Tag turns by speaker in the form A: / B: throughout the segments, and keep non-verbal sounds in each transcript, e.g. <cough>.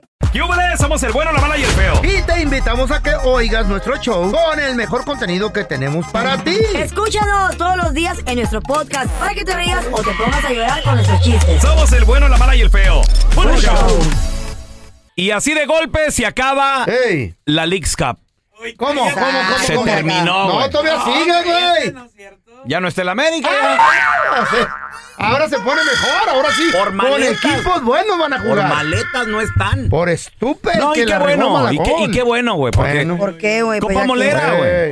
A: ¡Yúbales! Somos el bueno, la mala y el feo.
B: Y te invitamos a que oigas nuestro show con el mejor contenido que tenemos para ti.
C: Escúchanos todos los días en nuestro podcast para que te rías o te pongas a llorar con nuestros chistes.
A: Somos el bueno, la mala y el feo. ¡Puro show! Y así de golpe se acaba
B: Ey.
A: la Leagues Cup.
B: ¿Cómo, cómo, cómo?
A: Se
B: cómo?
A: terminó,
B: No,
A: güey.
B: todavía sigue, güey.
A: Ya no está el América.
B: Ah, sí. Ahora se pone mejor, ahora sí.
D: Por
B: Con
D: maletas.
B: equipos buenos van a
D: Por
B: jugar. Por,
D: maletas no están.
B: estúpido.
A: No,
B: que
A: y qué
B: la regó
A: bueno. Y
B: Malagón.
A: qué, y qué bueno, güey. Porque
B: Bueno.
C: ¿Por qué, güey? Pues
A: Copa
C: ya que-
A: Molera, güey.
B: Ey.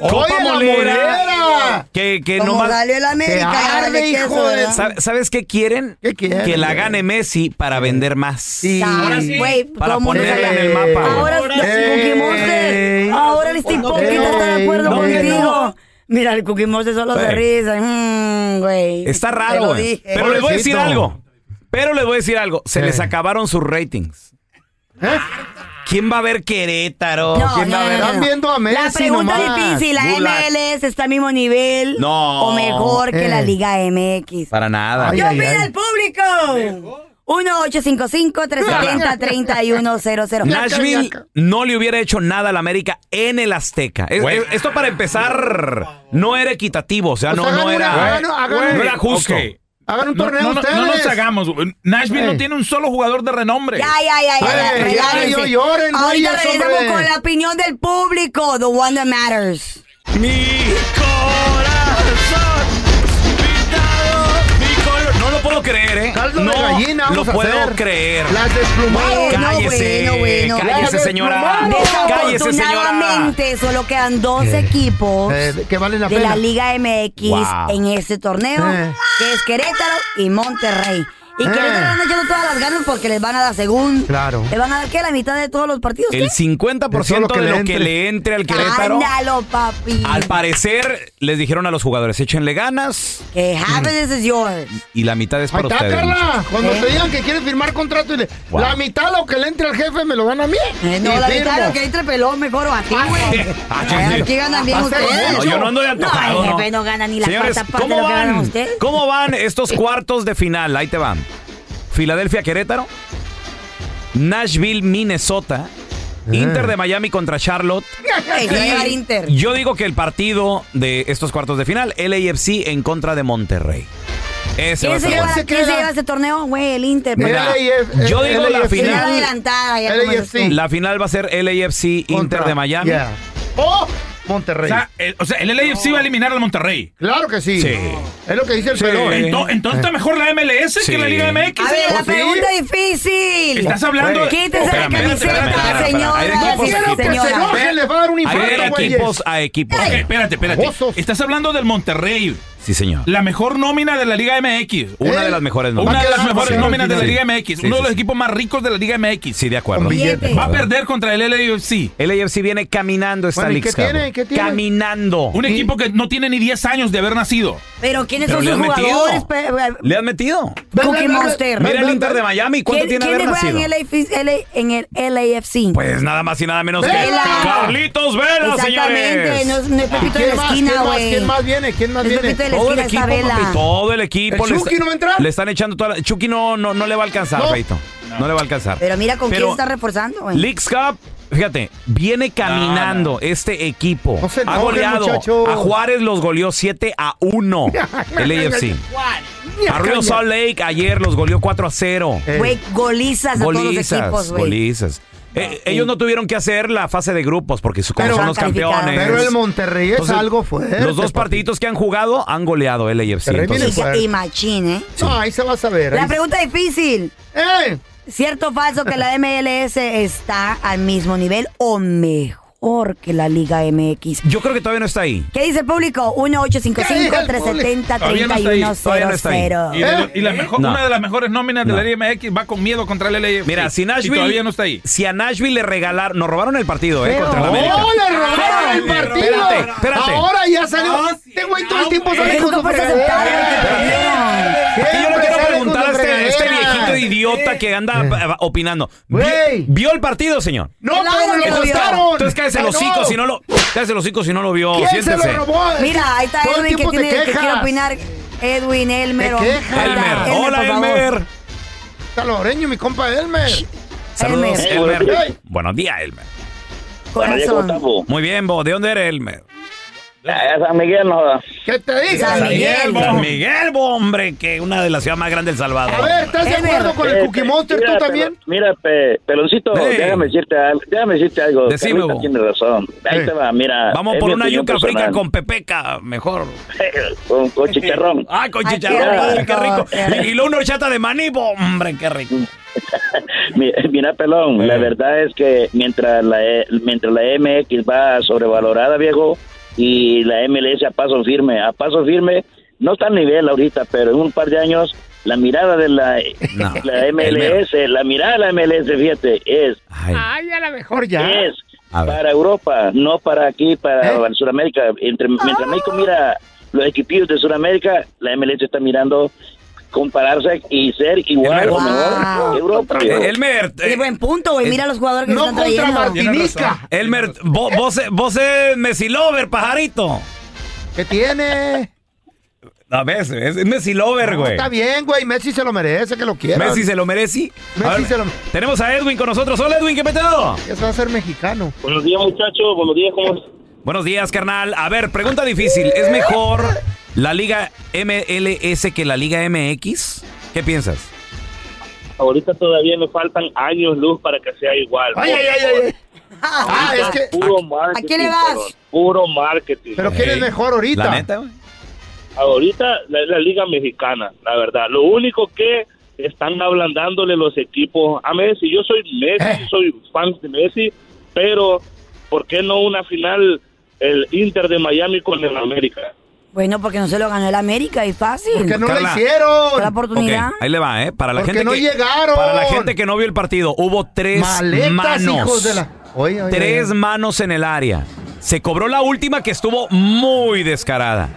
A: Copa
B: Oye, la
A: Molera.
B: Molera.
A: Que, que
C: Como
A: nomás.
C: salió el América,
B: Te
C: ahora
B: arde,
C: le queso,
B: hijo de-
C: ¿verdad?
A: ¿Sab- ¿Sabes qué quieren?
B: ¿Qué quieren,
A: Que la
B: güey?
A: gane Messi para vender más.
B: Sí.
C: Ahora sí. Güey,
A: Para
C: todo mundo
A: ponerla en
C: sabe.
A: el mapa. güey.
C: Ahora
B: Ahora
C: los
B: sí.
C: Cookie
B: Ey.
C: Monster. Ahora este hipócrita está de acuerdo
A: No, que
C: contigo.
A: no.
C: Mira, el Cookie Monster solo se
A: Güey.
C: risa. Mm, güey.
A: Está
C: Te
A: raro,
C: lo
A: güey.
C: dije.
A: Pero les voy a decir
B: Pobrecito.
A: algo. Pero les voy a decir algo. Se
B: Eh.
A: les acabaron sus ratings.
B: ¿Eh?
A: ¿Quién va a ver Querétaro?
C: No,
A: ¿Quién
C: no,
A: va a
C: no,
A: ver?
C: no,
B: Están viendo a
C: La
B: Messi
C: pregunta
B: nomás.
C: difícil, ¿la
A: Good luck.
C: MLS está al mismo nivel
A: No.
C: o mejor que la
B: Eh.
C: Liga MX?
A: Para nada.
B: Ay,
C: ¿Qué
B: ay,
C: opina
B: ay.
C: el público? 1-855-370-3100.
A: Nashville no le hubiera hecho nada al América en el Azteca. Es-
D: Güey.
A: es- esto para empezar no era equitativo, o sea,
B: Pues
A: no,
B: hagan
A: no
B: una-
A: era,
B: hagan- hagan
A: no
B: un-
A: era justo.
D: Ok.
B: Hagan un
D: No,
B: torneo
D: no, no,
B: ustedes.
D: no nos hagamos. güey. Nashville
B: Ey.
D: no tiene un solo jugador de renombre.
C: Ya, ya, ya, ya, ya,
B: Ay, ya,
C: relájense.
B: yo lloren, güey,
C: Ahorita
B: ya,
C: regresamos
B: hombre.
C: con la opinión del público, the one that matters.
A: Mi corazón pintado, mi color. No lo puedo creer, ¿eh?
B: Caldo
A: no
B: de gallina,
A: lo
B: vamos a
A: puedo
B: hacer.
A: creer.
B: Las desplumaron.
C: Bueno,
A: cállese,
C: bueno, bueno.
A: cállese,
B: Ya,
A: señora.
B: desplumado.
A: Cállese, señora.
C: Desafortunadamente, solo quedan dos
B: Eh,
C: equipos
B: eh, que valen la
C: de
B: pena.
C: la Liga MX
A: Wow.
C: en este torneo,
B: Eh.
C: que es Querétaro y Monterrey. Y
B: Eh.
C: Querétaro están echando todas las ganas porque les van a dar según.
B: Claro.
C: Les van a dar que la mitad de todos los partidos.
A: El 50%
B: Eso
A: de
B: es
A: lo
B: lo
A: que
B: que
A: le
B: le
A: entre al
C: ¿qué?
A: Querétaro.
C: Ándalo, papi.
A: Al parecer, les dijeron a los jugadores, échenle ganas
C: Que ¿Eh? half of
A: Mm.
C: this is yours.
A: y la mitad es
B: Ahí
A: para
B: está,
A: ustedes. muchachos.
B: Carla.
C: ¿Eh?
B: Cuando te digan que quieres firmar contrato y le-
A: Wow.
B: la mitad lo que le entre al jefe me lo gana a mí.
C: Eh, no,
B: Y
C: la
B: firmo.
C: mitad de lo que entre pelón mejor o a ti, güey.
A: Ah,
C: Ay,
A: sí.
C: Aquí ganan bien
B: Va a ser
C: ustedes.
B: mucho.
A: No, yo no ando de antojado,
C: No, el
A: no.
C: jefe no gana ni la
A: Señores,
C: cuarta parte de
A: ¿cómo
C: lo que ganan
A: van?
C: ustedes.
A: ¿Cómo van estos cuartos de final? Ahí te van. Filadelfia, Querétaro. Nashville, Minnesota. Inter de Miami contra Charlotte.
C: Ey, Pues, se va a llevar Inter.
A: Yo digo que el partido de estos cuartos de final, LAFC en contra de Monterrey. Ese va a
C: ¿Quién se
A: ser
C: lleva,
A: bueno.
B: se
C: quién se
B: queda?
C: lleva ese torneo? Güey, el Inter. pero-
A: Mira,
B: LAF,
A: yo digo la
B: LAFC.
C: Se va
A: final.
C: adelantada ya. como
B: LAFC.
C: dices tú.
A: La final va a ser LAFC Inter
B: Contra-
A: de Miami.
B: Yeah. O Monterrey.
D: O sea, el, o sea, el LAFC va a eliminar al Monterrey.
B: claro que sí.
A: Sí.
B: Es lo que dice el
A: Sí.
B: pelón.
A: Eh.
D: Ento- entonces está mejor la MLS
A: Sí.
D: que la Liga MX.
C: A ver, la
B: Pues ¿Sí?
C: pregunta difícil.
D: Estás hablando.
A: Güey.
C: Quítese la
A: Espérame, espérame, espérame,
C: camiseta,
A: espérame. Hay
C: señora.
A: equipos
C: sí,
A: aquí.
B: Quiero que se
C: señora.
B: enojen, les va a dar un
A: Hay
B: infarto,
A: de
B: güeyes.
A: equipos a equipos.
D: Ok, espérate, espérate.
B: Babosos.
D: Estás hablando del Monterrey,
A: Sí, señor.
D: la mejor nómina de la Liga MX.
A: Una
B: ¿Eh?
A: de las mejores
B: Va a
D: Una
A: nóminas.
D: de las
B: quedar
D: mejores
B: campeón,
D: nóminas de la
B: sí.
D: Liga MX.
A: Sí,
D: Uno de los
A: sí, sí.
D: equipos más ricos de la Liga MX.
A: Sí, de acuerdo.
B: Con billete.
D: Va a perder contra el LAFC.
A: LAFC viene caminando esta
B: Bueno, ¿y
A: Leagues
B: qué
A: Cup.
B: tiene? ¿Qué tiene?
A: Caminando.
D: Un equipo que no tiene ni 10 años de haber nacido.
C: Pero ¿quiénes
A: Pero
C: son
A: le
C: sus
A: han metido.
C: jugadores? Pe- pe-
A: ¿Le han metido?
B: Ven,
C: Cookie
B: ven, ven,
C: Monster.
B: ven,
A: Mira el
B: ven,
A: Inter de
B: ven.
A: Miami. ¿Cuánto
C: ¿Quién,
A: tiene
C: quién
A: haber
C: le juega
A: nacido? rápido.
C: en el, LAFC, en el LAFC.
A: Pues nada más y nada menos que
C: Vela.
A: Carlitos Vela,
C: Exactamente,
A: señores.
C: no es, no es Pepito de
B: ¿Quién
C: la
B: más?
C: esquina,
B: ¿Quién más?
C: güey.
B: ¿Quién más viene? ¿Quién más
C: Es
B: viene?
C: Pepito de la
A: Todo el
C: esquina, esta
A: equipo, papi,
C: vela.
A: todo el equipo.
B: ¿El Chucky no va a entrar?
A: Le están echando toda la... Chucky no, no, no le va a alcanzar,
B: No.
A: Feito. No. le va a alcanzar.
C: Pero mira con quién
A: Pero-
C: se está reforzando, güey.
A: Leaks Cup, fíjate, viene caminando este equipo.
B: No se
A: ha
B: enojen,
A: goleado.
B: muchachos.
A: A Juárez los goleó 7 a
B: <laughs>
A: 1. el AFC. A Rio Salt Lake ayer los goleó 4 a 0.
B: Eh,
C: Güey, golizas a todos los
A: golizas,
C: equipos, güey.
A: golizas. Eh, ellos no tuvieron que hacer la fase de grupos porque su- como
B: Pero-
A: son los campeones.
B: Pero el Monterrey es
A: ¿eh? Entonces,
B: algo fuerte.
A: Los dos
B: papi.
A: partiditos que han jugado han goleado el AFC.
B: Terrible.
A: entonces-
C: Y,
B: Fuerte.
C: se- y machín, ¿eh?
B: No, ahí se va a saber.
C: La
B: ahí-
C: pregunta difícil.
B: ¡Eh!
C: ¿Cierto o falso que la MLS está al mismo nivel o mejor que la Liga MX?
A: yo creo que todavía no está ahí.
C: ¿Qué dice el público?
B: ¿Qué dice el público?
D: Todavía no está ahí,
A: todavía no está ahí.
C: 1-855-370-3100.
D: Y, de- y la mejor-
A: No.
D: una de las mejores nóminas
A: No.
D: de la Liga MX va con miedo contra el LAFC.
A: Mira, si Nashville.
D: Y todavía no está ahí.
A: Si a Nashville le regalaron. Nos robaron el partido, ¿eh? Contra la
B: ¡No, le
A: América.
B: robaron el partido!
A: Espérate, espérate.
B: Ahora ya salió. Este güey todo el tiempo sale
C: Eso
B: con
C: no
B: su
C: puedes
B: fregadera.
C: aceptar, güey, que perdieron.
A: Es que yo le
B: Siempre
A: quiero
B: sale
A: preguntar a
B: con su
A: este, este
B: fregadera.
A: viejito idiota que anda eh, opinando. Vi-
B: Güey.
A: ¿Vio el partido, señor?
B: No,
C: Claro
B: pero me
C: que
B: lo
C: lo vio.
B: costaron.
A: Entonces cállese los
B: Ganó.
A: hocicos si no lo. Cállese los hocicos si no lo vio.
B: ¿Quién se
A: Siéntese.
B: lo robó?
C: Mira, ahí está
B: Todo el
C: Edwin que
B: tiempo te
C: tiene que
B: quejas.
C: quiere opinar. Edwin, Elmer.
B: Te quejas.
C: Hola,
A: Elmer. Hola,
C: por favor.
A: Elmer.
B: Está Loreño, mi compa Elmer.
A: Saludos,
C: Elmer.
A: Elmer.
B: Hey.
A: Buenos días, Elmer.
C: Corazón.
A: Muy bien, vos. ¿De dónde eres, Elmer?
E: Ah, San Miguel no da.
B: ¿Qué te dije?
C: San Miguel,
A: bo. San Miguel, bo, hombre, que una de las ciudades más grandes del Salvador.
B: A ver, ¿estás de
C: Elmer.
B: acuerdo con el Cookie Monster tú también?
E: mira, pe- peloncito,
A: Ey.
E: déjame, decirte, al- déjame decirte algo.
A: Decime,
E: Carlita
A: bo.
E: tiene razón. Ahí
B: Ey.
E: te va, mira.
A: Vamos
E: es
A: por
E: mi
A: una
E: opinión
A: yuca frica
E: personal.
A: con pepeca, mejor.
E: <laughs> con, con
A: <laughs>
E: chicharrón.
A: Ah, con
C: Ay, qué
A: chicharrón, hombre, qué rico.
C: rico, qué rico.
A: Y, y luego una horchata de maní, bo, hombre, qué rico.
E: Mi- <laughs> Mira, pelón, la verdad es que mientras la, E- mientras la MX va sobrevalorada, viejo, y la MLS a paso firme, a paso firme, no está a nivel ahorita, pero en un par de años, la mirada de la,
A: No,
E: <laughs> la MLS, la mirada de la MLS, fíjate, es,
A: Ay,
B: Ay, a lo mejor ya.
E: es
A: A ver.
E: para Europa, no para aquí, para
B: ¿Eh?
E: Sudamérica. Entre, mientras México mira los equipos de Sudamérica, la MLS está mirando compararse y ser igual o
C: Wow.
E: mejor que Europa. viejo.
A: Elmer, eh,
C: Qué buen punto, güey. Mira los jugadores que
B: No
C: se están
B: contra
C: trayendo.
B: Martinica.
A: Elmer, vos, vos, vos es Messi Lover, pajarito.
B: ¿Qué tiene?
A: A veces, es Messi Lover, güey.
B: Está bien, güey. Messi se lo merece, que lo quiera.
A: Messi se lo merece. A
B: Messi se lo-
A: Tenemos a Edwin con nosotros. Hola, Edwin, ¿qué petado?
B: Eso va a ser mexicano.
E: Buenos días, muchachos. Buenos días, ¿cómo
A: Buenos días, carnal. A ver, pregunta difícil. ¿Es mejor la Liga MLS que la Liga MX? ¿Qué piensas?
E: Ahorita todavía nos faltan años luz para que sea igual.
B: Ay, ay, ay, ay, ay. Ah, es que.
E: Puro marketing.
C: ¿A quién le vas?
E: cabrón. Puro marketing.
B: Pero ¿quién es
A: Ey,
B: mejor ahorita?
A: La neta, güey.
E: Ahorita la, la liga mexicana, la verdad. Lo único que están ablandándole los equipos a Messi. Yo soy Messi,
B: Eh.
E: soy fan de Messi, pero ¿por qué no una final el Inter de Miami con el América?
C: Bueno, porque no se lo ganó el América y fácil.
B: Que no
A: Carla.
B: la hicieron.
C: Fue la
A: Ok,
C: oportunidad.
A: ahí le va, ¿eh? Para la
B: Porque
A: gente
B: no
A: que,
B: llegaron.
A: Para la gente que no vio el partido, hubo tres
B: Maletas,
A: manos.
B: hijos de la. Oye, oye,
A: Tres
B: oye.
A: manos en el área. Se cobró la última que estuvo muy descarada.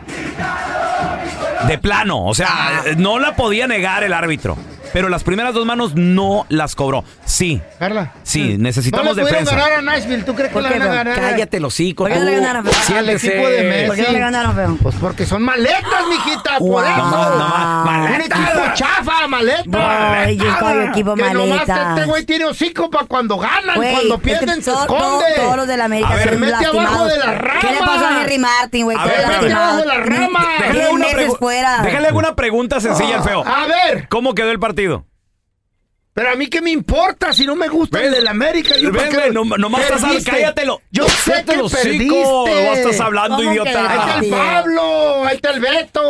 A: De plano, o sea, no la podía negar el árbitro. Pero las primeras dos manos no las cobró. Sí,
B: Carla.
A: sí, necesitamos
B: no le pudieron
A: defensa.
B: ganar a Nashville. ¿Tú crees que
C: ¿Por
B: le
C: qué
B: van a
C: no?
B: ganar? a-
A: Cállate los hijos.
C: ¿Por qué no le ganaron?
B: Al equipo de Messi.
C: ¿Por qué no le ganaron, feo?
B: Pues porque son maletas, mijita.
C: Wow.
B: Por eso.
A: No más, no más.
B: Un equipo
A: Maletada.
B: chafa, maleta. Ah,
C: Ay, yo soy equipo
B: que nomás
C: maleta.
B: este güey tiene hocico para cuando ganan,
C: Güey,
B: cuando
C: es
B: pierden
C: que
B: se
C: todo-
B: esconde.
C: todo- todos los de la América
A: A ver,
C: son
B: mete abajo
C: lastimados.
B: de la
C: ¿Qué le
B: rama?
C: pasó a Henry Martin, güey?
A: A
C: Todo
A: ver, espérame.
C: lastimado.
B: Mete abajo de la
C: Ni-
B: rama.
A: Déjale
C: Diez
A: una
C: meses
A: pregu-
C: fuera.
A: Déjale alguna pregunta sencilla al feo.
B: A ver,
A: ¿Cómo quedó el partido?
B: pero a mí qué me importa si no me gusta el
A: Ven,
B: de la América. Yo
A: ven,
B: para qué-
A: ven, no- nomás estás al-
B: Perdiste.
A: Cállatelo.
B: Yo sé que
A: Cállate los
B: perdiste.
A: hocico, vos estás hablando,
C: ¿Cómo que
A: idiota.
B: Ahí está el
C: Así es.
B: Pablo, ahí está el Beto.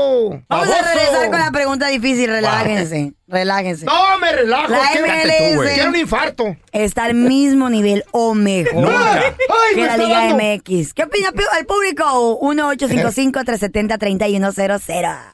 C: Vamos
B: Baboso.
C: a regresar con la pregunta difícil. Relájense, relájense.
B: No, me relajo.
C: La
B: ¿qué-
C: MLS.
B: güey. Quiero un infarto.
C: Está al mismo nivel o mejor
B: Ay, ay,
C: que
B: me
C: la
B: está
C: Liga
B: dando.
C: MX. ¿Qué opina pi- el público? 1-855-370-3100.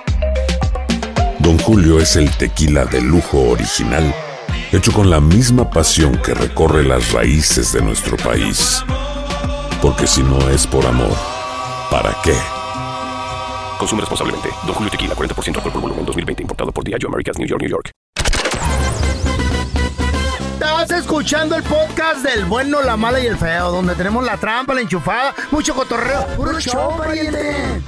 F: Don Julio es el tequila de lujo original, hecho con la misma pasión que recorre las raíces de nuestro país. Porque si no es por amor, ¿para qué?
G: Consume responsablemente. Don Julio Tequila 40% alcohol por volumen 2020 importado por Diageo Americas New York New York.
B: Estás escuchando el podcast del bueno, la mala y el feo, donde tenemos la trampa, la enchufada, mucho cotorreo. ¡Puro show, pariente!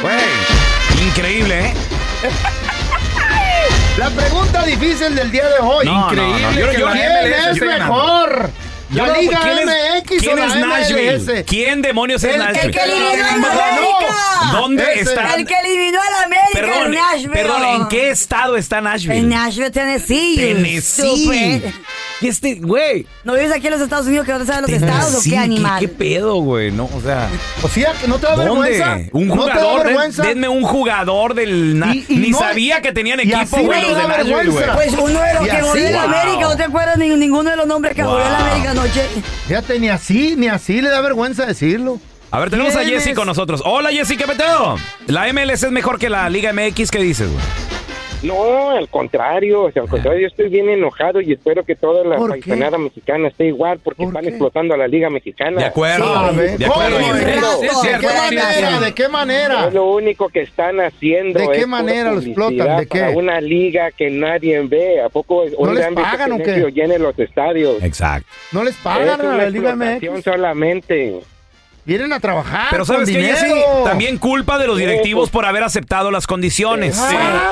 A: Güey, increíble, ¿eh?
B: La pregunta difícil del día de hoy.
A: No, no, no, yo- yo-
B: ¿Quién
A: MLS
B: es
A: esté ganando.
B: mejor?
A: Yo
B: ¿La
A: no,
B: Liga
A: ¿quién es-
B: MX o
A: ¿Quién
B: la
A: es Nashville?
B: MLS?
A: ¿Quién demonios es
B: El que
A: Nashville?
B: eliminó
C: a la América.
A: ¿Dónde
B: Ese.
A: está?
C: El que eliminó a la América
A: Perdón,
C: en Nashville.
A: perdón, ¿en qué estado está
C: En
A: Nashville?
C: Nashville, Tennessee. you
A: Tennessee.
C: stupid.
A: Y este, güey.
C: ¿No vives aquí en los Estados Unidos que no te saben los estados o
A: Tennessee,
C: qué animal?
A: ¿Qué, qué pedo, güey? No, o sea,
B: O sea, que ¿no te da vergüenza?
A: ¿dónde? Un
B: ¿No te da
A: jugador, den-
B: vergüenza?
A: denme un jugador del Na-
B: Y- y
A: Ni
B: no-
A: sabía que tenían
B: y
A: equipo,
B: así
A: güey,
B: no
A: los
B: da
A: de Nashville, güey.
B: vergüenza.
C: Pues uno de los
B: Y
C: que
B: así,
C: volvió a la
A: wow.
C: América, ¿no te acuerdas ni ninguno de los nombres que
A: Wow.
C: volvió a la América anoche?
B: Fíjate, ni así, ni así le da vergüenza decirlo.
A: A ver, tenemos a
B: ¿Quién
A: Jessy
B: es?
A: con nosotros. Hola, Jessy, ¿qué pedo? La MLS es mejor que la Liga MX, ¿qué dices, güey?
H: No, al contrario, o sea, al contrario, yo estoy bien enojado y espero que toda la
B: ¿Por qué?
H: paisanada mexicana esté igual porque
B: ¿Por
H: están
B: qué?
H: explotando a la Liga Mexicana.
A: De acuerdo, Ah,
B: Sí.
A: güey, de
B: ¿Cómo,
A: acuerdo.
B: güey?
A: Jessy.
D: Sí, es
B: ¿De
D: cierto,
B: qué
D: sí, es
B: manera?
D: cierto.
B: ¿De qué manera?
H: Es lo único que están haciendo.
B: ¿De
H: es
B: qué
H: pura
B: manera lo explotan?
H: publicidad
B: ¿De qué?
H: para una liga que nadie ve. ¿A poco hoy
B: les
H: han visto
B: pagan
H: que
B: o qué?
H: Sergio llene los estadios?
A: Exacto.
B: ¿No les
H: Es
B: pagan a
H: una
B: la Liga
H: explotación
B: MX?
H: solamente.
B: Vienen a
C: Ah,
B: trabajar
A: Pero
B: con
A: sabes que
B: dinero.
A: también culpa de los directivos por haber aceptado las condiciones.
H: Sí.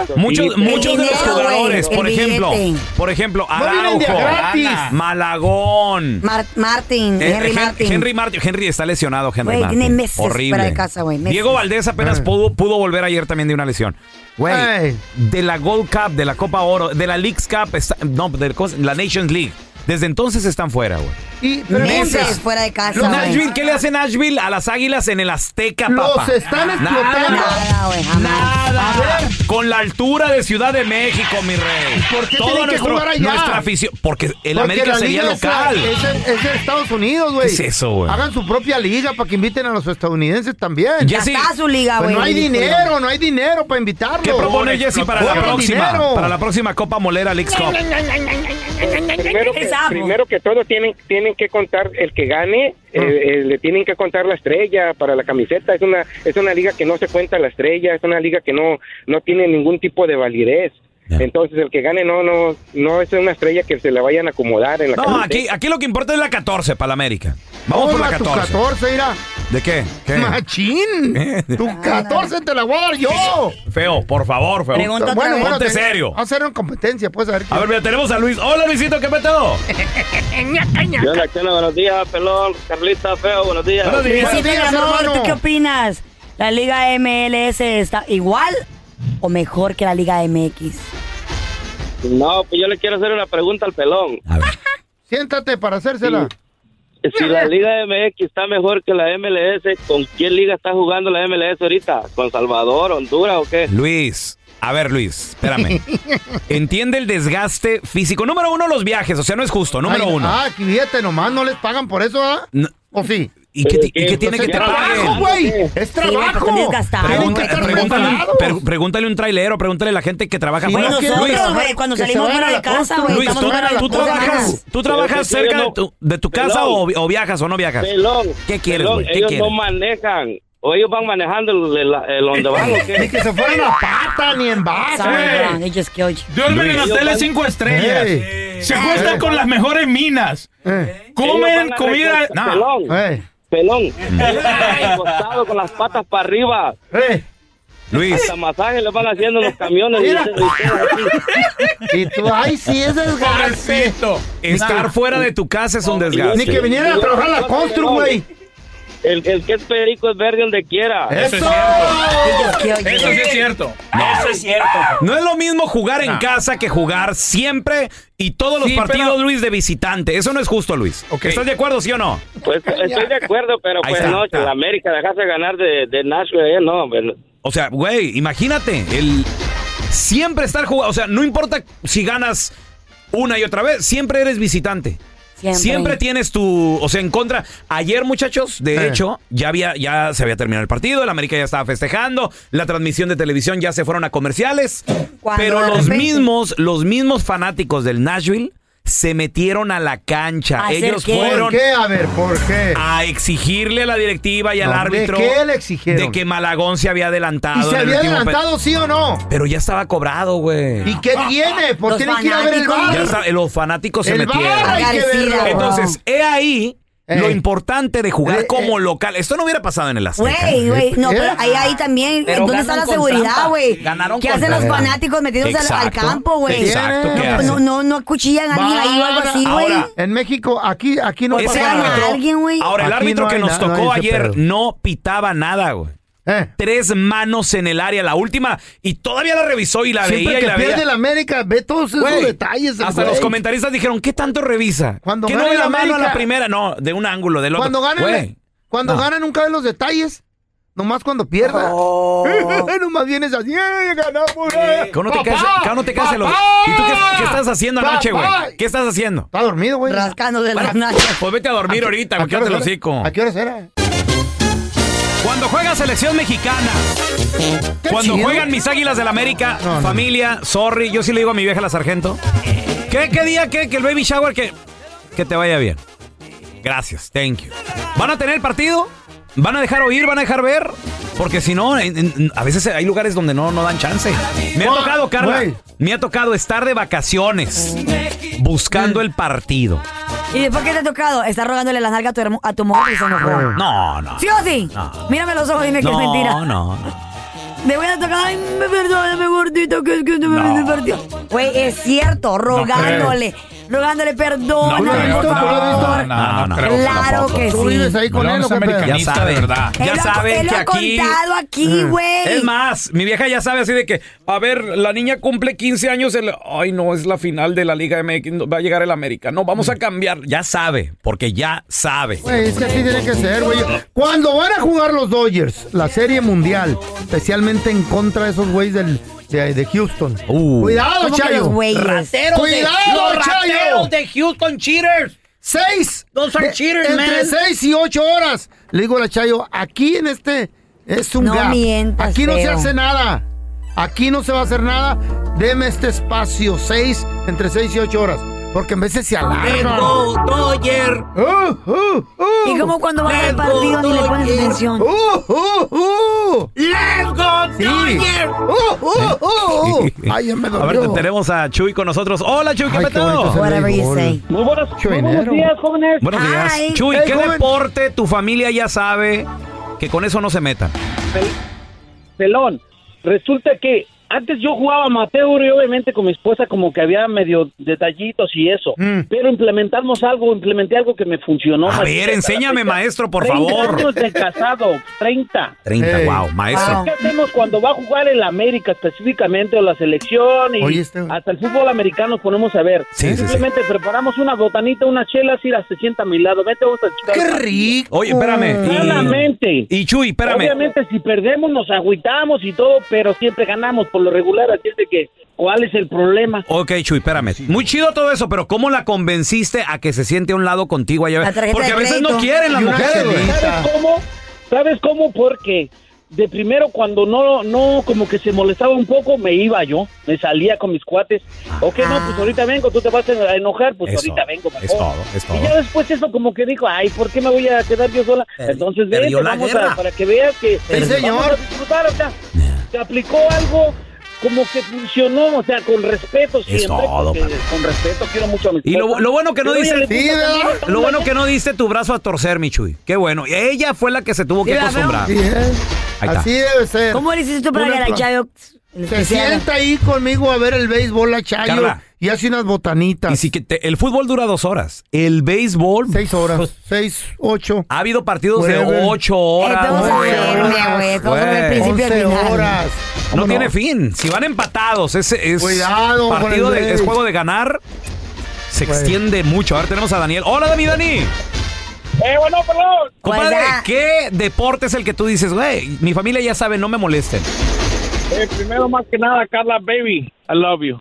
A: Sí. Muchos,
H: Sí.
A: muchos de los
C: Dinero, güey,
A: jugadores,
C: el
A: por ejemplo,
C: billete.
A: por ejemplo,
B: No vienen de a
A: Araujo,
B: gratis.
A: Malagón,
C: Mar- Martin,
A: eh,
C: Henry
A: Hen-
C: Martin.
A: Henry Martin, Henry está lesionado, Henry
C: Güey,
A: Martin.
C: tiene meses
A: Horrible.
C: fuera de casa, güey, meses.
A: Diego Valdés
B: Eh.
A: apenas pudo, pudo volver ayer también de una lesión. Güey,
B: Ey.
A: de la Gold Cup, de la Copa Oro, de la Leagues Cup, está- no, de la Nations League. Desde entonces están fuera, güey.
B: Y- pero
C: Meses
B: entonces,
C: fuera de casa,
B: Los
C: güey.
A: Nashville, ¿qué le hace Nashville a las Águilas en el Azteca,
B: Los
A: papá?
B: están
A: Nada,
B: explotando.
C: Nada, güey, jamás.
A: Nada. Con la altura de Ciudad de México, mi rey.
B: ¿Por qué tienen que jugar allá?
A: Nuestra afición. Porque el
B: porque
A: América
B: la
A: sería
B: liga
A: local.
B: Es, es- es de Estados Unidos, güey.
A: ¿Qué es eso, güey?
B: Hagan su propia liga para que inviten a los estadounidenses también.
A: Ya
C: Ya
A: sí.
C: está su liga,
B: Pues
C: güey.
B: no hay
C: ridículo.
B: dinero, no hay dinero para invitarlos.
A: ¿Qué propone Jesse para la
B: Pongan
A: próxima?
B: dinero.
A: Para la próxima Copa Molera Leagues Cup.
H: primero, que,
C: Es amo.
H: primero que todo tienen tienen que contar el que gane
B: Ah.
H: eh, eh, le tienen que contar la estrella para la camiseta es una es una liga que no se cuenta la estrella es una liga que no no tiene ningún tipo de validez
A: Ya.
H: entonces el que gane no no no es una estrella que se la vayan a acomodar en la
A: No,
H: camiseta.
A: aquí, aquí lo que importa es la 14 para la América. Vamos
B: Toma
A: por la
B: tu
A: 14.
B: 14, mira.
A: ¿De qué? ¿Qué?
B: Machín. <laughs> tu 14 te la voy a dar yo.
A: Feo, por favor, feo.
C: Pregunta otra vez.
A: Ponte
B: te-
A: serio.
B: Vamos a hacer una competencia, pues a ver.
A: A
B: quién-
A: ver, mira, tenemos a Luis. Hola, Luisito, ¿qué petado?
H: <laughs> Yo la chela, buenos días, pelón, Carlita, feo, buenos días.
A: Buenos días.
C: Luisito, mi
B: Buenos días,
C: amor,
B: hermano.
C: ¿tú qué opinas? ¿La Liga MLS está igual o mejor que la Liga MX?
H: No, pues yo le quiero hacer una pregunta al pelón.
A: A ver.
B: Siéntate para hacérsela.
H: Si la Liga MX está mejor que la MLS, ¿con qué liga está jugando la MLS ahorita? ¿Con Salvador, Honduras o qué?
A: Luis, a ver
B: <laughs>
A: Luis, espérame. Entiende el desgaste físico. Número uno, los viajes, o sea, no es justo. Número
B: Ay,
A: uno.
B: Ah, aquí fíjate nomás, no les pagan por eso, ¿ah?
A: No,
B: ¿O sí?
A: ¿Y qué, ti- y
H: Pero
A: qué
H: que,
A: tiene
H: pues,
A: que te
H: ya
A: paguen?
B: ¡Trabajo,
H: pagan.
B: güey! ¡Es
C: güey, pues,
B: trabajo!
C: también gastaron,
B: Tienen
C: güey,
B: que estar
A: Pregunta- Pregúntale, a un-
B: preparados.
A: pre- pregúntale a un trailero, pregúntale a la gente que trabaja
B: Sí,
A: fuera.
B: no quiero-
A: Luis,
C: Nosotros, güey, cuando
B: que se
C: salimos
B: vayan
C: fuera
B: a
C: de
B: la
C: casa,
B: costa,
C: güey,
A: Luis,
C: estamos
A: tú,
C: fuera de
A: tú
C: las dos
A: trabajas,
C: semanas.
A: tú
H: Pero
A: trabajas
H: que
A: cerca
H: yo
A: de
H: no-
A: tu, de tu
H: Pelón.
A: casa o, o viajas o no viajas.
H: Pelón,
A: ¿Qué quieres,
H: pelón,
A: güey? ¿Qué
H: ellos
A: quieres?
H: no manejan. ¿O ellos van manejando el, el, el donde van o qué?
B: Ni que se fueran a pata, ni en base.
C: Saben, ellos que oyen.
D: Duermen en hoteles cinco estrellas. Se
B: Ah, eh.
D: acuestan con las mejores minas. Comen
H: Ellos van a
D: comida.
H: recoger-
D: No.
H: Pelón. Pelón. Ellos van acostados con las patas para arriba.
A: Luis.
H: Hasta masaje le van haciendo en los camiones.
B: Mira.
H: Y ustedes
B: Y tú, ay, sí, es desgaste.
A: Estar fuera de tu casa es un desgaste.
B: Ni que vinieran a trabajar a la constru, güey.
H: El, el que es perico es verde donde quiera.
B: Eso es
H: cierto.
D: Eso sí es cierto.
A: Eso es cierto. No es lo mismo jugar en casa que jugar siempre y todos los
D: Sí,
A: partidos, Luis, de visitante. Eso no es justo, Luis. ¿Estás de acuerdo, sí o no?
H: Pues estoy de acuerdo, pero
A: Ahí
H: pues
A: está,
H: no,
A: está.
H: la América dejarse ganar de, de Nashville, eh, no. pues,
A: O sea, güey, imagínate, el siempre estar jugando, o sea, no importa si ganas una y otra vez, siempre eres visitante.
C: Siempre.
A: tienes tu, o sea, en contra. Ayer, muchachos, de
D: Eh.
A: hecho, ya había ya se había terminado el partido, el América ya estaba festejando, la transmisión de televisión ya se fueron a comerciales,
C: Cuando
A: pero
C: de
A: los
C: repente-
A: mismos los mismos fanáticos del Nashville se metieron a la cancha.
B: ¿Hacer
A: Ellos
B: qué?
A: fueron
B: ¿Por qué? A ver, ¿por qué?
A: A exigirle a la directiva y al
B: No, ¿de
A: árbitro
B: qué le exigieron?
A: de que Malagón se había adelantado.
B: ¿Y se
A: en Ah, el
B: había
A: último pe-
B: adelantado, sí o no?
A: pero ya estaba cobrado, güey.
B: ¿Y qué tiene? Pues
C: Los
B: tienen que ir a ver el bar.
A: Ya está- eh, los fanáticos se
B: El
A: metieron.
B: bar hay que verlo.
C: Agradecida,
A: Entonces, he ahí lo
B: Eh.
A: importante de jugar como local. Esto no hubiera pasado en el Azteca.
C: Güey, güey, no, pero
A: ¿Eh?
C: ahí, ahí también,
A: Pero
C: ¿dónde está
A: ganan
C: la
A: con
C: seguridad,
A: trampa.
C: güey?
A: Ganaron
C: ¿Qué
A: con
C: hacen los
A: trampa.
C: fanáticos metidos al- al,
A: Exacto,
C: campo, güey?
A: exacto, ¿qué
C: No,
A: hacen?
C: no, no, no acuchillan a alguien ahí o algo así, güey.
A: Ahora,
B: En México, aquí, aquí no
A: Ese
B: pasa nada.
A: árbitro-
C: alguien, güey.
A: Ahora, el
B: Aquí
A: árbitro
B: no
A: que
B: hay
A: nos
B: na- no
A: tocó
B: hay ese
A: ayer
B: pedo. Eh.
A: no pitaba nada, güey. Tres manos en el área, la última, y todavía la revisó y la
B: Siempre
A: veía y
B: que
A: la
B: pierde
A: veía.
B: la América, ve todos Pues esos
A: Güey,
B: detalles. del
A: hasta
B: güey.
A: los comentaristas dijeron, ¿qué tanto revisa?
B: Cuando
A: ¿Qué no
B: gana
A: ve
B: el
A: la mano a la
B: América-
A: primera? No, de un ángulo, del otro.
B: Cuando
A: Güey.
B: ganan, cuando
A: No.
B: ganan nunca ven los detalles. Nomás cuando pierdan. <laughs> Nomás vienes así, ¡eh, ganamos! eh!
A: ¿Cómo no te
B: ¡Papá!
A: caes, cómo no te caes el ojo?
B: ¡Papá!
A: ¿Y tú qué, qué estás haciendo anoche, güey?
B: ¡Papá!
A: ¿Qué estás haciendo?
B: Está dormido, güey.
C: Rascando de las
A: Bueno,
C: nachas.
A: Pues vete a dormir ahorita,
B: ¿A
A: güey,
B: qué
A: quédate el
B: horas
A: hocico.
B: era? ¿A qué horas era?
A: Cuando juega selección mexicana, cuando
B: chido.
A: juegan mis águilas del América, familia, sorry, yo sí le digo a mi vieja la sargento. ¿Qué, qué día qué? Que el baby shower, que, que te vaya bien. Gracias, thank you. ¿Van a tener partido? ¿Van a dejar oír? ¿Van a dejar ver? Porque si no, en- en- a veces hay lugares donde no, no dan chance. Me ha
B: Güey.
A: tocado, Carla,
B: Güey.
A: me ha tocado estar de vacaciones buscando el partido.
C: ¿Y después qué te ha tocado? Estás rogándole las nalgas a tu, hermo- a tu mujer y eso no fue.
A: No, no.
C: ¿Sí o sí? Mírame los ojos y dime que es
A: No,
C: mentira.
A: no, no.
C: Me voy a tocar, ay, me perdóname, gordito, que es que no me
A: No.
C: vende el partido. Güey, es cierto, rogándole, rogándole perdón.
D: No creo, no, no, no, no creo
C: claro
D: tampoco.
C: que
B: ¿Tú
C: sí.
B: vives ahí con
D: No,
B: él
D: no
B: o
D: es
B: qué pedo?
A: Ya
D: americanista, de
A: saben,
D: verdad.
A: ya
C: Él lo-
A: saben
C: él lo
A: que
C: ha
A: aquí. Mm.
C: contado aquí,
B: Mm.
C: güey.
A: Es más, mi vieja ya sabe así de que, a ver, la niña cumple 15 años, el- ay no, es la final de la Liga MX, no, va a llegar el América, no, vamos a cambiar. Ya sabe, porque ya sabe.
B: Güey, es que así tiene que ser, güey. Cuando van a jugar los Dodgers, la Serie Mundial, especialmente en contra de esos güeyes del- de, de Houston.
A: Uh.
B: Cuidado,
C: ¿Cómo que
B: Chayo.
C: los güeyes?
B: Cuidado, Chayo.
A: de Houston Cheaters.
B: Seis.
A: Those are
B: De-
A: cheaters,
B: Entre
A: man.
B: seis y ocho horas. Le digo a la Chayo, aquí en este es un
C: No
B: gap.
C: mientas,
B: aquí no se
C: feo.
B: hace nada. Aquí no se va a hacer nada. Deme este espacio, seis, entre seis y ocho horas. Porque en veces se alargan.
A: Doyer.
B: Uh, uh, uh.
C: Y como cuando van al partido ni le pones atención.
B: Uh, uh, uh.
A: Let's go,
B: Sí. Uh, uh, uh, uh. <laughs> Ay, ya me
A: A ver,
B: dolió.
A: te- tenemos a Chuy con nosotros. Hola, Chuy, ¿qué
B: Ay, qué bonito
A: petado?
B: se-
C: Whatever you
B: Gol.
C: say.
H: Muy buenos, muy buenos
B: Chuenero.
H: días, jóvenes.
A: Buenos días.
C: Ay.
A: Chuy,
B: Hey,
A: ¿qué
B: joven.
A: deporte tu familia ya sabe que con eso no se metan?
H: Pelón, resulta que antes yo jugaba amateur y obviamente con mi esposa como que había medio detallitos y eso.
B: Mm.
H: Pero implementamos algo, implementé algo que me funcionó.
A: A
H: maldita
A: ver, enséñame,
H: sea.
A: maestro, por
H: 30
A: favor.
H: años de casado, 30.
A: 30,
B: Ey.
A: wow, maestro.
C: Wow.
H: ¿Qué hacemos cuando va a jugar el América específicamente o la selección y
B: Oye, este-
H: hasta el fútbol americano nos ponemos a ver?
A: Sí, sí, sí.
H: Simplemente preparamos una botanita, unas chelas y las se sienta a mi lado. Vete, vamos a chicar.
B: ¡Qué rico!
A: Oye,
B: Mm.
A: espérame. Y-
H: Claramente.
A: Y, Chuy, espérame.
H: Obviamente si perdemos nos agüitamos y todo, pero siempre ganamos por lo regular, así es de que ¿cuál es el problema?
A: Ok, Chuy, espérame. Muy chido todo eso, pero ¿cómo la convenciste a que se siente a un lado contigo allá?
C: La tarjeta
A: Porque
C: de
A: a veces no
C: crédito.
A: quieren las
B: Y una
A: mujeres, güey.
B: chelita.
H: ¿Sabes cómo? ¿Sabes cómo? Porque
I: de primero cuando no, no, como que se molestaba un poco, me iba yo, me salía con mis cuates. Ok, no, pues ahorita vengo, tú te vas a enojar, pues
A: Eso,
I: ahorita vengo mejor.
A: es todo, es todo.
I: Y ya después eso como que dijo, ay, ¿por qué me voy a quedar yo sola?
A: Per-
I: Entonces
A: perdió
I: vete,
A: la
I: Pues vamos
A: guerra.
I: a, para que veas que vamos
A: señor.
I: a disfrutar acá. Se aplicó algo como que funcionó, o sea, con respeto siempre.
A: todo, pues.
I: porque con respeto quiero mucho a mis
A: Y lo,
I: cosas.
A: lo bueno que no
I: Pero
A: dice,
I: ella le gusta también.
A: lo bueno que no diste tu brazo a torcer, Michuy. Qué bueno. Ella fue la que se tuvo que acostumbrar. Ahí está.
B: Así debe ser.
C: ¿Cómo le hiciste tú para
B: Una
C: que la
B: pla-
C: Chayo
B: Se sienta ahí conmigo a ver el béisbol, la Chayo.
A: Carla.
B: Y hace unas botanitas.
A: Y si que te- el fútbol dura dos horas, el béisbol pues,
B: seis horas, seis, ocho.
A: Ha habido partidos
B: Nueve.
A: de ocho horas.
B: Eh, vamos a
A: nueve
B: verme,
A: horas,
B: güey. Vamos a ver el
A: güey.
B: principio al Once final. horas.
A: No
B: ¿Cómo
A: tiene
B: no?
A: fin. Si van empatados, es, es
B: Cuidado con
A: partido
B: el
A: de-
B: béis.
A: es juego de ganar. Se
B: Güey.
A: extiende mucho. Ahora tenemos a Daniel. Hola, Dani, Dani.
I: Eh, bueno, perdón.
A: Pues, Compadre, ¿qué deporte es el que tú dices, güey? Mi familia ya sabe, no me molesten.
I: Eh, primero, más que nada, Carla, baby, I love you.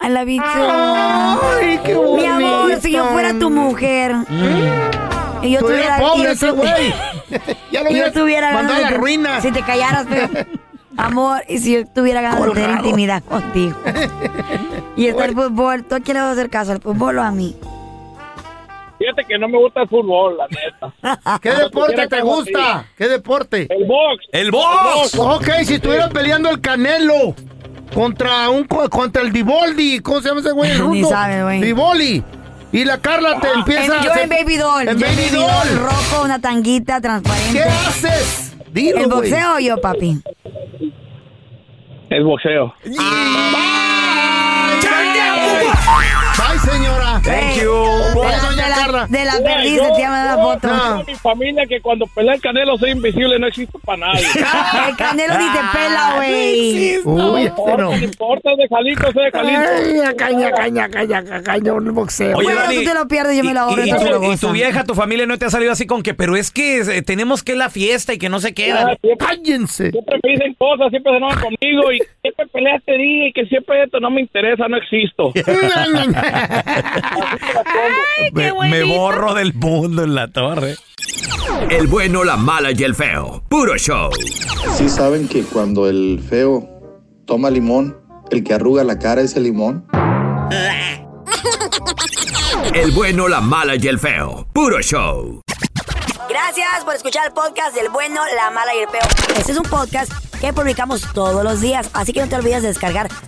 C: A la bicha.
B: Ay, qué
C: Mi amor,
B: bonito. Mm.
C: si yo fuera tu mujer. Y yo
B: Tú eres
C: tuviera.
B: pobre
C: y yo
B: ese
C: tu- <laughs>
B: güey. <laughs> Ya lo
C: y yo
B: hubieras
C: tuviera ganas
B: mandado a la
C: de que-
B: ruina.
C: Si te callaras,
B: <laughs>
C: pero. Amor, y si yo tuviera ganas de tener intimidad
B: <laughs>
C: contigo. Y está el fútbol. ¿Tú a quién le vas a hacer caso? ¿Al fútbol o a mí?
I: Fíjate que no me gusta el fútbol, la
A: <laughs>
I: neta.
B: ¿Qué deporte te gusta? ¿Qué deporte?
I: El box.
A: ¡El box!
B: Ok, si estuvieran peleando el Canelo contra un co- contra el Divoldi, ¿cómo se llama
C: <laughs>
B: ese güey? el
C: Ni
B: ruso?
C: sabe, güey. Ah,
B: Divoli. Y la Carla te empieza
C: En- yo
B: a
C: en Baby Doll.
B: En
C: yo
B: Baby Doll.
C: Rojo, una tanguita transparente.
B: ¿Qué haces? Dilo,
C: ¿El
B: güey.
C: boxeo o yo, papi?
I: El boxeo.
B: Bye, señora.
C: Ey, De la, de la- de la perdiz, te iba a dar la foto.
I: mi familia que cuando pelea el Canelo soy invisible, no existe para nadie.
C: <laughs> El Canelo ni te
B: Ah,
A: Ah.
C: pela, güey.
B: Uy, este no.
I: importa, de Jalito, soy de
B: Ay, caña, caña, caña, caña, un boxeo.
A: Oye,
C: Bueno,
A: Dani,
C: tú te lo pierdes, yo me lo ahorro.
A: y,
C: entonces lo
A: tu, y
C: gozo.
A: tu vieja, tu familia no te ha salido así con que, pero es que eh, tenemos que la fiesta y que no se queda.
B: Cállense.
I: Ah, Siempre me dicen cosas, siempre se enojan conmigo y siempre pelea este día y que siempre esto no me interesa, no
A: <laughs>
I: existo.
A: Me, me borro del mundo en la torre.
J: El bueno, la mala y el feo. Puro show.
K: Sí saben que cuando el feo toma limón, el que arruga la cara es el limón.
J: El bueno, la mala y el feo. Puro show.
C: Gracias por escuchar el podcast del bueno, la mala y el peo. Este es un podcast que publicamos todos los días, así que no te olvides de descargar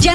L: Ya